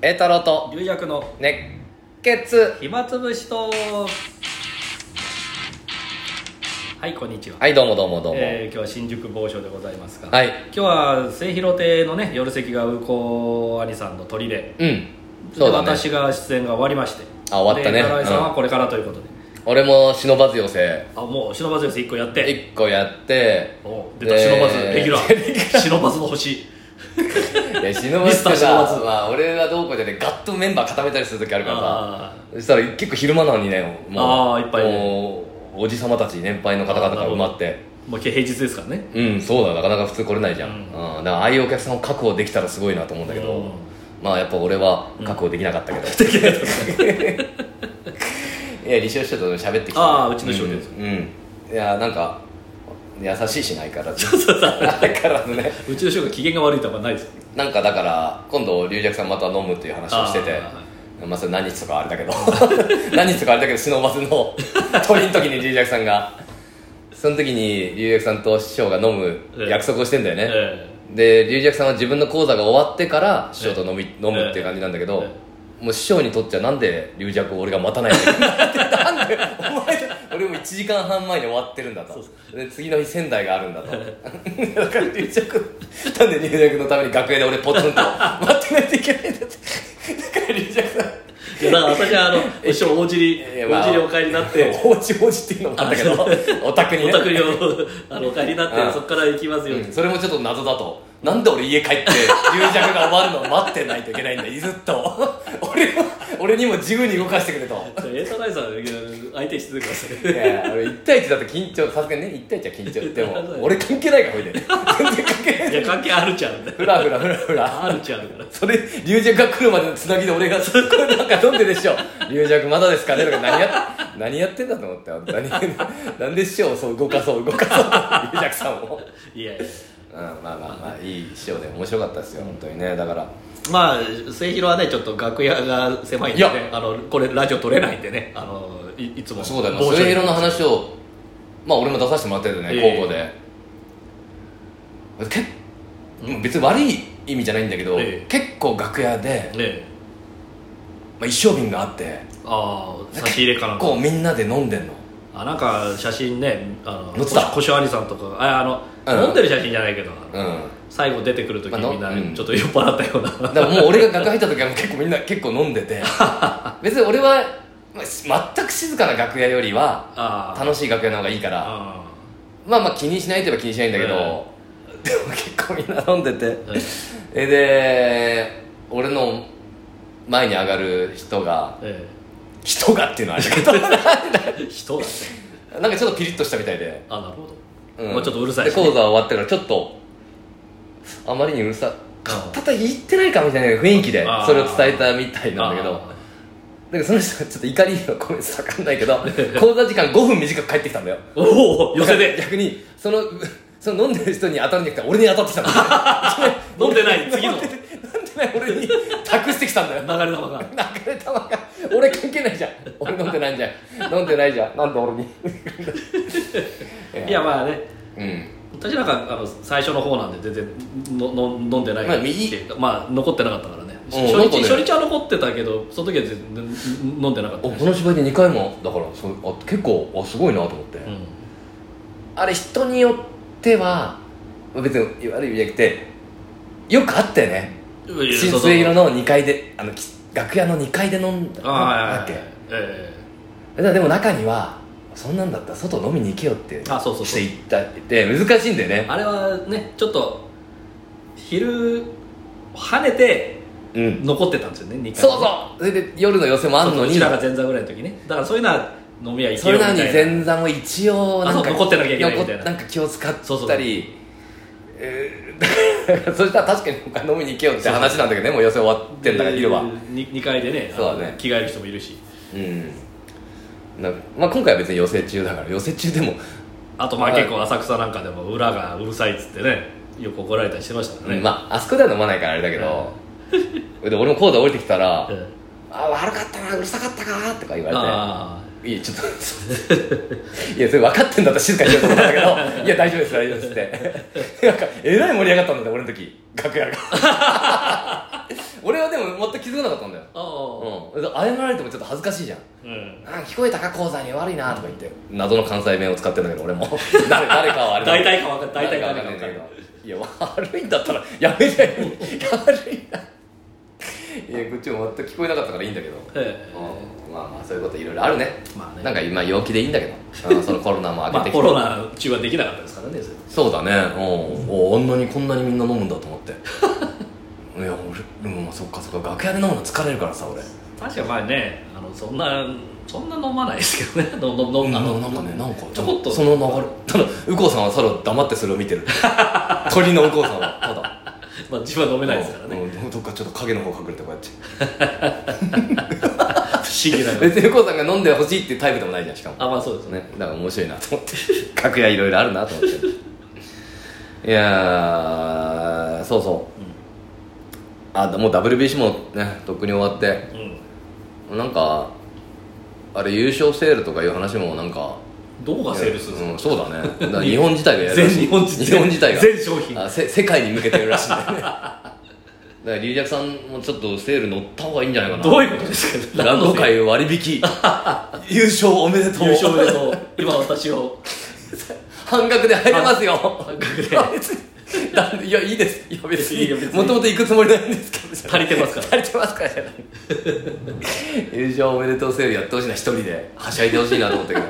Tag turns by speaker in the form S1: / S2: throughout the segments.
S1: 栄太郎と
S2: 龍弱の
S1: 熱血
S2: 暇つぶしとはいこんにちは、
S1: はいどうもどうもどうも、
S2: えー今日は新宿某所でございますが、
S1: はい
S2: 今日は末広亭のね夜席が右近兄さんの鳥で
S1: うんそうだ
S2: で
S1: ね
S2: 私が出演が終わりまして
S1: あ終わったね
S2: で井さん
S1: う
S2: は
S1: ん
S2: これからということで、
S1: 俺も忍ばず寄せ
S2: あもう忍ばずです1個やって
S1: 1個やって
S2: お出た忍ばずレ ギュラー忍ばずの星
S1: いや忍ば
S2: ミ
S1: ず
S2: スタ
S1: と
S2: ー忍ば
S1: か
S2: ず
S1: まあ俺がどうこうじゃねガッとメンバー固めたりする時あるからさ
S2: あ
S1: そしたら結構昼間なのにねもう
S2: あーいっぱいね
S1: もうおじ様たち年配の方々が埋まって
S2: ーもう今日平日ですからね
S1: うんそうだなかなか普通来れないじゃん、
S2: うん
S1: うんだからああいうお客さんを確保できたらすごいなと思うんだけど、
S2: うん
S1: まあやっぱ俺は確保できなかったけど、いや立証師匠と喋ってきた
S2: ああうちの師匠です
S1: うん、うんいやなんか優しいしないからず相変わらずね
S2: うちの師匠が機嫌が悪いとかないです
S1: なんかだから今度龍尺さんまた飲むっていう話をしてて
S2: ああは
S1: まあそれ何日とかあれだけど 何日とかあれだけど忍ばずの 鳥の時に龍尺さんがその時に龍尺さんと師匠が飲む約束をしてんだよね、
S2: え
S1: で龍尺さんは自分の講座が終わってから師匠と飲み、
S2: え
S1: 飲むっていう感じなんだけど、
S2: え
S1: もう師匠にとっちゃなんで龍尺を俺が待たないといけないって なんでお前俺も1時間半前に終わってるんだとで次の日仙台があるんだとだから龍尺なんで龍尺のために楽屋で俺ポツンと待ってないといけないんだってだから龍尺さん
S2: えいやだから私はあの師匠大尻
S1: いやまあ
S2: 大尻お帰りになって
S1: おうちおうちっていうのもあった けどお宅に
S2: お
S1: ね
S2: 宅におあのお帰りにな
S1: う
S2: っ
S1: ん
S2: てそこから行きますよ、
S1: うんそれもちょっと謎だとなんで俺家帰って龍弱が終わるのを待ってないといけないんだずっと 俺も俺にも自由に動かしてくれと
S2: エンターライザー相手しててください
S1: いや俺1対1だと緊張さすがにね1対1は緊張で
S2: そうだ
S1: も
S2: ね
S1: 俺関係ないからほいで全然関係ない
S2: い や関係あるちゃうんだよ
S1: フラフラフラフラ
S2: あるちゃうから
S1: それ龍弱が来るまでのつなぎで俺が そこれなんか飲んでるでしょ龍弱まだですかねとか何やっ何やってんだと思って本当になんで師匠をそう動かそう動かそうと龍弱さんを
S2: いやいや
S1: うん、まあまあまあいい師匠で面白かったですよ本当にねだから
S2: まあ末広はねちょっと楽屋が狭いんで、
S1: い
S2: ね、あのこれラジオ撮れないんでねあのいいつも
S1: そうだよ
S2: 某所
S1: 末
S2: に
S1: 広の話をまあ俺も出させてもらってるね、
S2: ええ
S1: 高校で結もう別に悪い意味じゃないんだけど、
S2: ええ
S1: 結構楽屋で、
S2: ねえ
S1: まあ、一升瓶があって
S2: ああ差し入れかなん
S1: 結
S2: か
S1: 構みんなで飲んでんの
S2: あなんか写真ねあ
S1: 載
S2: の
S1: ってた
S2: こしょありさんとかああの、
S1: うん
S2: 飲んでる写真じゃないけどあの
S1: うん
S2: 最後出てくる時
S1: まあ
S2: みんな
S1: のうん
S2: ちょっと酔っ払ったような、
S1: だからもう俺が楽屋入った時はもう結構みんな結構飲んでて別に俺は、まあし全く静かな楽屋よりは
S2: ああ
S1: 楽しい楽屋の方がいいから
S2: ああ
S1: まあまあ気にしないといえば気にしないんだけど、
S2: うん
S1: でも結構みんな飲んでて、
S2: うん
S1: えで俺の前に上がる人が
S2: え
S1: 人がっていうのはあれだけど
S2: え、人だね
S1: なんかちょっとピリッとしたみたいで、
S2: あなるほど、
S1: ん
S2: もうちょっとうるさい
S1: で講座終わってからちょっとあまりにうるさかったと言ってないかみたいな雰囲気で
S2: あー
S1: それを伝えたみたいなんだけど
S2: あ
S1: だからその人がちょっと怒りのコメントわかんないけ ど講座時間5分短く帰ってきたんだよ
S2: ーおお寄せで
S1: 逆にそのその飲んでる人に当たるんじゃなくて俺に当たってきたんだよ
S2: 飲んでない次の
S1: 飲ん
S2: 流
S1: でない俺に託してきたんだよ
S2: れ玉が
S1: 流れ玉が俺関係ないじゃん俺飲んでないじゃん飲んでないじゃんなんで俺に
S2: いやまあね
S1: うん
S2: 私なんかあの最初の方なんで全然のの飲んでない
S1: まあ
S2: っていうかまあ残ってなかったからね初
S1: なんか
S2: 日
S1: ね
S2: 初日は残ってたけどその時は全然飲んでなかった
S1: お
S2: ね
S1: この芝居で2回もだからそうあ結構あすごいなと思って、
S2: うん
S1: あれ人によっては別に悪い意味じゃなくてよくあったよね
S2: いや
S1: 新
S2: そうそう
S1: 末広の2階であのき楽屋の2階で飲んだ
S2: ああはい
S1: だ
S2: は
S1: っ
S2: い
S1: け
S2: え
S1: だからでも中にはそんなんだったら外飲みに行けよって
S2: あそうそうそう
S1: していったって難しいんだよ
S2: え
S1: ね
S2: あれはねちょっと昼跳ねて
S1: うん
S2: 残ってたんですよね2回
S1: そうそうそれで夜の寄せもあんの
S2: う
S1: に
S2: ちらが前座ぐらいの時ねだからそういうのは飲み屋行
S1: そ
S2: けよ
S1: れ
S2: うみ
S1: なの
S2: たい
S1: に
S2: な
S1: 前座も一応なんか
S2: あそう残ってなきゃいけないみたいな
S1: 残っんか気を使ったり
S2: そうそうそう
S1: えー そしたら確かに他飲みに行けよって話なんだけどねもう寄せ終わってんだから昼は
S2: に2階でね
S1: そうだね
S2: あの着替える人もいるし
S1: うんなんかまあ今回は別に寄せ中だから寄せ中でも、
S2: あとまあ
S1: はい
S2: 結構浅草なんかでも裏がうるさいっつってねよく怒られたりしてましたからね、
S1: まああそこでは飲まないからあれだけど、で俺も講座降りてきたら
S2: うん
S1: 「あ悪かったなうるさかったか」とか言われて
S2: あ
S1: いやちょっと いやそれ分かってんだったら静かにしようと思ったんだ けどいや大丈夫です大丈夫です ってなんかえらい盛り上がったんだね俺の時楽屋が俺はでも全く気づかなかったんだよ、
S2: ああ
S1: うん、謝られてもちょっと恥ずかしいじゃん
S2: うん
S1: あ聞こえたか口座に悪いなとか言って謎の関西弁を使ってんだけど俺も 誰誰かはあれだ
S2: 大体かわかん大
S1: 誰
S2: 体
S1: か
S2: かわ
S1: わか
S2: かん
S1: ん
S2: な
S1: ないい
S2: わ
S1: ん
S2: か
S1: だ
S2: ん
S1: け
S2: な
S1: どい
S2: い
S1: や悪いんだったらやめりゃいい悪 いないやこっちも全く聞こえなかったからいいんだけど、
S2: ええ
S1: うんまあまあそういうこといろいろあるね
S2: まあね
S1: なんか今陽気でいいんだけ ど、うんそのコロナも明
S2: まあ
S1: けてきて、
S2: コロナ中はできなかったですからねそれ
S1: そうだねうんおあんなにこんなにみんな飲むんだと思って いや俺うんまあそっかそっか楽屋で飲むの疲れるからさ俺
S2: 確か前ねあのそんなそんな飲まないですけどねののの
S1: うんな
S2: あの
S1: なんかねなんか
S2: ちょこっと
S1: その流れただ右近さんは猿を黙ってそれを見て る鳥の右近さんはただ
S2: まあ自分は飲めないですからね、
S1: うんうんどっかちょっと影の方隠れてこうやって
S2: 不思議な
S1: 別に右近さんが飲んでほしいっていうタイプでもないじゃんしかも
S2: あまあそうですね
S1: ねだから面白いなと思って 楽屋いろいろあるなと思っていやーそうそう、あもう WBC もねとっくに終わって
S2: うん
S1: なんかあれ優勝セールとかいう話もなんか
S2: どこがセールスですか、
S1: うん、そうだねだから日本自体がやる
S2: 全
S1: らしい
S2: 日本自体
S1: 日本自体が
S2: 全商品
S1: あせ世界に向けてやるらしいんだよね だから龍尺さんもちょっとセール乗った方がいいんじゃないかな
S2: どういうことですか
S1: ランド
S2: 優
S1: 会割 引優勝おめでとう
S2: 勝でと今私を
S1: 半額で入れますよ
S2: 半額で
S1: 別にだいやいいですいや別
S2: いやいや別
S1: に
S2: に
S1: もともと行くつもりなんですけど
S2: 足りてますから
S1: 足りてますからじゃない優勝おめでとうセールやってほしいな一人ではしゃいでほしいなと思ったけど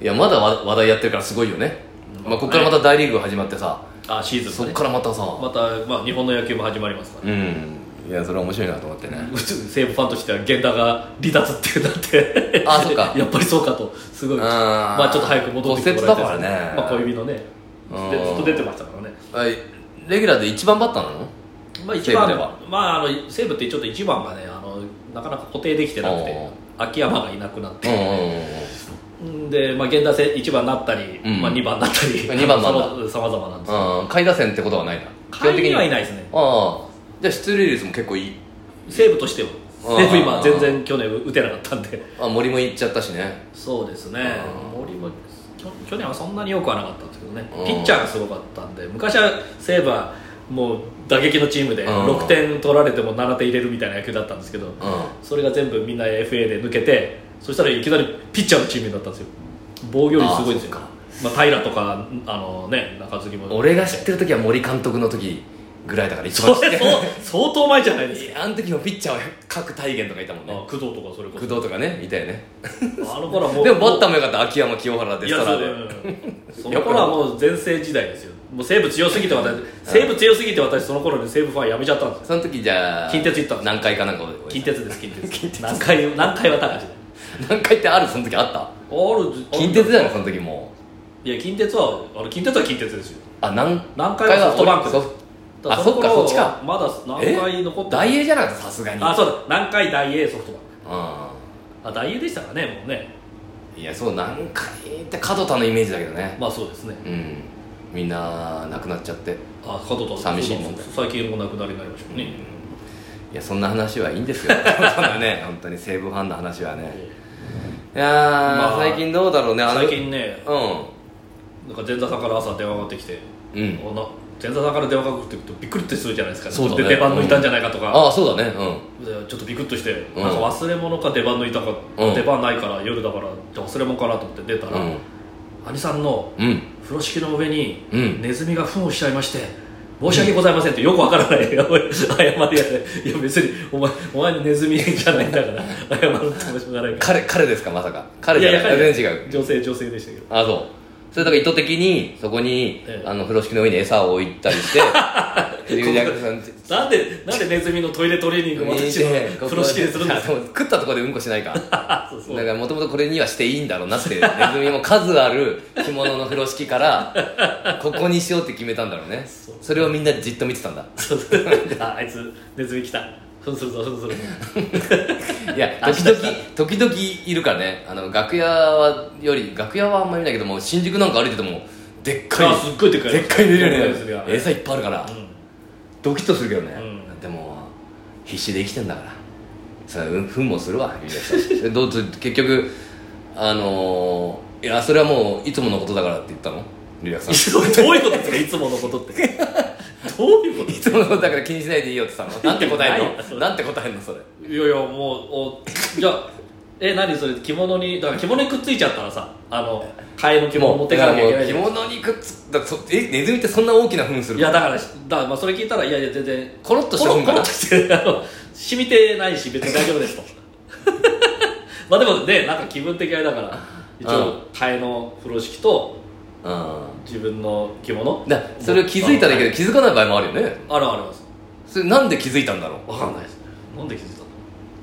S1: いやまだわ話題やってるからすごいよね、まあ、ここからまた大リーグ始まってさ
S2: あシーズン
S1: そ
S2: も
S1: っ
S2: ね
S1: からまたさ、
S2: また、まあ、日本の野球も始まりますから、
S1: うんいやそれは面白いなと思ってね
S2: うち西武ファンとしては源田が離脱っていうなって
S1: あそっか
S2: やっぱりそうかとすごい
S1: ん
S2: まあちょっと早く戻ってきてもらいたい
S1: 骨折
S2: です
S1: だからね
S2: まあ、小指のね
S1: うん
S2: でずっと出てましたからね
S1: はいレギュラーで一番バッターなの
S2: まあ、
S1: 西
S2: 一
S1: 武
S2: 番
S1: では
S2: まあ、あの西武ってちょっと一番がねあのなかなか固定できてなくて秋山がいなくなっ
S1: うん
S2: て、
S1: うんうん
S2: で、まあ、源田戦1番になったり、
S1: うん
S2: まあ、2番になったり
S1: 二番なんだ
S2: さまざまなんです
S1: うんうん下位打線ってことはないな
S2: 帰りにはい
S1: い
S2: ないですね
S1: ああじゃあ出塁率も結構いい
S2: 西武としては
S1: うん
S2: 西武今全然去年打てなかったんで
S1: あ森も行っちゃったしね
S2: そうですね
S1: う
S2: 森もきょ去年はそんなによくはなかったんですけどね
S1: うん
S2: ピッチャーがすごかったんで昔は西武はもう打撃のチームで
S1: うん
S2: 6点取られても7点入れるみたいな野球だったんですけど
S1: う
S2: それが全部みんな FA で抜けてそしたらいきなりピッチャーのチームになったんですよ防御率すごいんですよ
S1: あ
S2: まあ、平とかあのね中継ぎも
S1: ん俺が知ってる時は森監督の時ぐらいだから一番知
S2: そ
S1: って
S2: れ
S1: る
S2: そう相当前じゃないですか、
S1: い やあの時のピッチャーは各体元とかいたもん
S2: あ
S1: ね
S2: 工藤とかそれこ
S1: 工
S2: そ
S1: 藤とかねいたよね
S2: あの頃はもう
S1: でもバッターもよかった秋山清原で
S2: い
S1: す
S2: や
S1: か
S2: そ
S1: ら
S2: うだよ
S1: で
S2: その頃はもう全盛時代ですよもう西武強すぎて私西武強すぎて私その頃に西武ファンやめちゃったんですよ
S1: その時じゃあ
S2: 近鉄行ったんです
S1: 何回かなんか
S2: 近鉄です近鉄何回何回は高橋だ
S1: 何回ってあるその時あった
S2: よある
S1: 近鉄だよその時も
S2: いや近鉄はあの近鉄は近鉄ですよ
S1: あ何
S2: 何回はソフトバンク
S1: ソフあそっかそっちか
S2: まだ何回残って
S1: 大英じゃなくてさすがに
S2: あそうだ何回大英ソフトバン
S1: う
S2: クあ大英でしたかねもうね
S1: んいやそう何回って角田のイメージだけどね
S2: まあそうですね
S1: うんみんな亡くなっちゃって
S2: あ加藤と
S1: 寂しいもんだ
S2: そう最近お亡くなりになりましたよね、
S1: いやそんな話はいいんです よそんなね本当に西武ファンの話はねいやー、
S2: まあ
S1: 最近どうだろうねあの
S2: 最近ね
S1: う
S2: なんか前座さんから朝電話がかかってきて
S1: んうん
S2: おな前座さんから電話がかかってくるとびっくりってするじゃないですか、
S1: そうだね
S2: ちょっと出番抜いたんじゃないかとか、
S1: ああそうだねうん
S2: でちょっとびくっとして、
S1: うん
S2: なんか忘れ物か出番抜いたか、
S1: うん
S2: 出番ないから夜だからじゃあ忘れ物かなと思って出たら、
S1: うん
S2: 兄さんの
S1: うん
S2: 風呂敷の上に
S1: うん
S2: ネズミが糞をしちゃいまして、申し訳ございませんってよくわからない謝りやねいや別にお前お前ネズミじゃないんだから謝るってもしょうがないか
S1: 彼彼ですかまさか
S2: ら
S1: 彼じゃない
S2: 彼
S1: 全然違う
S2: 女性女性でしたけど
S1: あそうそれだから意図的にそこに、
S2: ええ
S1: あの風呂敷の上に餌を置いたり して龍尺さんち
S2: なんでなんでネズミのトイレトレーニングを私の風呂敷でするんですか
S1: ここで食ったところでうんこしないかだ
S2: そうそう
S1: からもともとこれにはしていいんだろうなって ネズミも数ある着物の風呂敷からここにしようって決めたんだろうね
S2: そう
S1: それをみんなじっと見てたんだ
S2: そうああいつネズミ来たふんするぞふんするぞ
S1: いや時々時々いるからねあの楽屋はより楽屋はあんまり見ないけども新宿なんか歩いててもでっかい
S2: あすっごいでっかい
S1: でっかいネ
S2: でっかいネズ
S1: ズ
S2: ミ
S1: ミが
S2: が
S1: 餌いっぱいあるから、
S2: うん
S1: ドキッとするけどね、
S2: うん
S1: でも必死で生きてんだからそれうんふんもするわみたいなどうぞ結局あのー、いやそれはもういつものことだからって言ったのリラクさん
S2: どういうことですかいつものことってどういうこと
S1: いつものだから気にしないでいいよって言ったのなんて答えん
S2: ないよ
S1: のなんて答えんのそれ
S2: いやいやもうおじゃあえ何それ着物にだから着物にくっついちゃったらさあの替えの着物持ってかなきゃいけないじゃん
S1: もう着物にくっつだそえネズミってそんな大きな糞する
S2: いやだからだからまあそれ聞いたらいやいや全然
S1: コロッとした糞
S2: コ
S1: か
S2: ロ
S1: な
S2: ッとしてあの染みてないし別に大丈夫で すとまあでもねなんか気分的あれだから一応替えの風呂敷と
S1: う
S2: 自分の着物
S1: んだそれを気づいただけで気づかない場合もあるよね
S2: あるあります
S1: それなんで気づいたんだろう
S2: わかんないですなんで気づいたの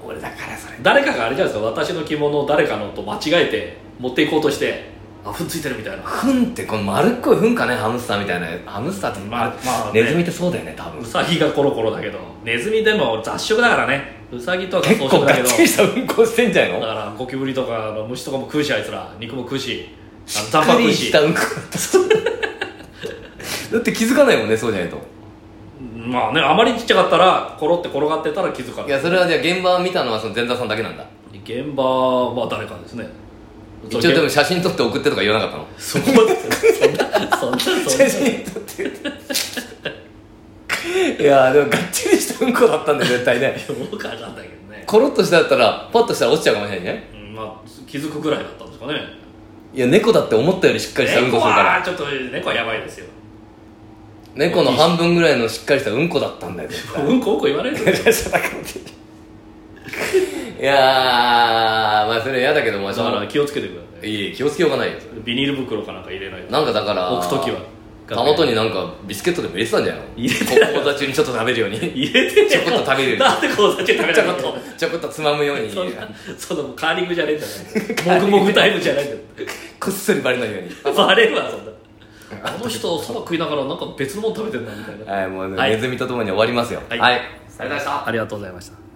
S1: 俺だからそれ
S2: 誰かがあれじゃないですか私の着物を誰かのと間違えて持っていこうとしてあふんついてるみたいな
S1: 糞ってこの丸っこい糞かねハムスターみたいなハムスターって、
S2: まあまあね
S1: ネズミってそうだよね多分
S2: ウサギがコロコロだけどネズミでも雑食だからねウサギとは雑
S1: 結構
S2: 食だ
S1: ガ
S2: け
S1: ッ
S2: ど
S1: チリしたうんこしてんじゃない
S2: だ
S1: の
S2: からゴキブリとかの虫とかも食うしあいつら肉も食うしあの
S1: ガ
S2: 雑
S1: ッ
S2: 把
S1: チ
S2: 食う
S1: リ
S2: し
S1: したうんこだっただって気づかないもんねそうじゃないと
S2: まあねあまりちっちゃかったらコロって転がってたら気づか
S1: い
S2: ない
S1: やそれはじゃあ現場見たのはその前座さんだけなんだ
S2: 現場は誰かですね
S1: 一応でも写真撮って送ってとか言わなかったの
S2: そこまでそんなそんなそんな
S1: 写真撮っていやーでもがっちりしたうんこだったんだよ絶対ね
S2: そうかなんだけどね、
S1: コロッとしただったらパッとしたら落ちちゃうかもしれないね
S2: うんまあ気づくぐらいだったんですかね
S1: いや猫だって思ったよりしっかりしたうんこ
S2: 猫
S1: するから
S2: はちょっと猫はやばいですよ
S1: 猫の半分ぐらいのしっかりしたうんこだったんだよ絶対
S2: うんこうんこ言われるよ
S1: いやーまあそれ嫌だけどまあ
S2: だ
S1: しょう
S2: か
S1: が
S2: ら気をつけてくださ
S1: ないいい気をつけようがないよ
S2: いビニール袋かなんか入れないと
S1: なんかだから
S2: 置くときは
S1: たまとになんかビスケットでも入れてたんじゃないの
S2: 入れ
S1: 講座中にちょっと食べるように
S2: 入れてね
S1: ちょこっと食べるよ
S2: なんでこうだけ食
S1: ち
S2: べた
S1: ょこ
S2: こ
S1: っ
S2: と
S1: とちょこっとつまむように
S2: そんなそのカーリングじゃねえんだからもぐもぐタイムじゃないんだ
S1: こっそりバレないように
S2: よ バレるわそんなあの人そば食いながらなんか別のもの食べてんなみたいな
S1: はいもう
S2: はい
S1: ネズミとともに終わりますよ
S2: はい
S1: ありがとうございました
S2: ありがとうございました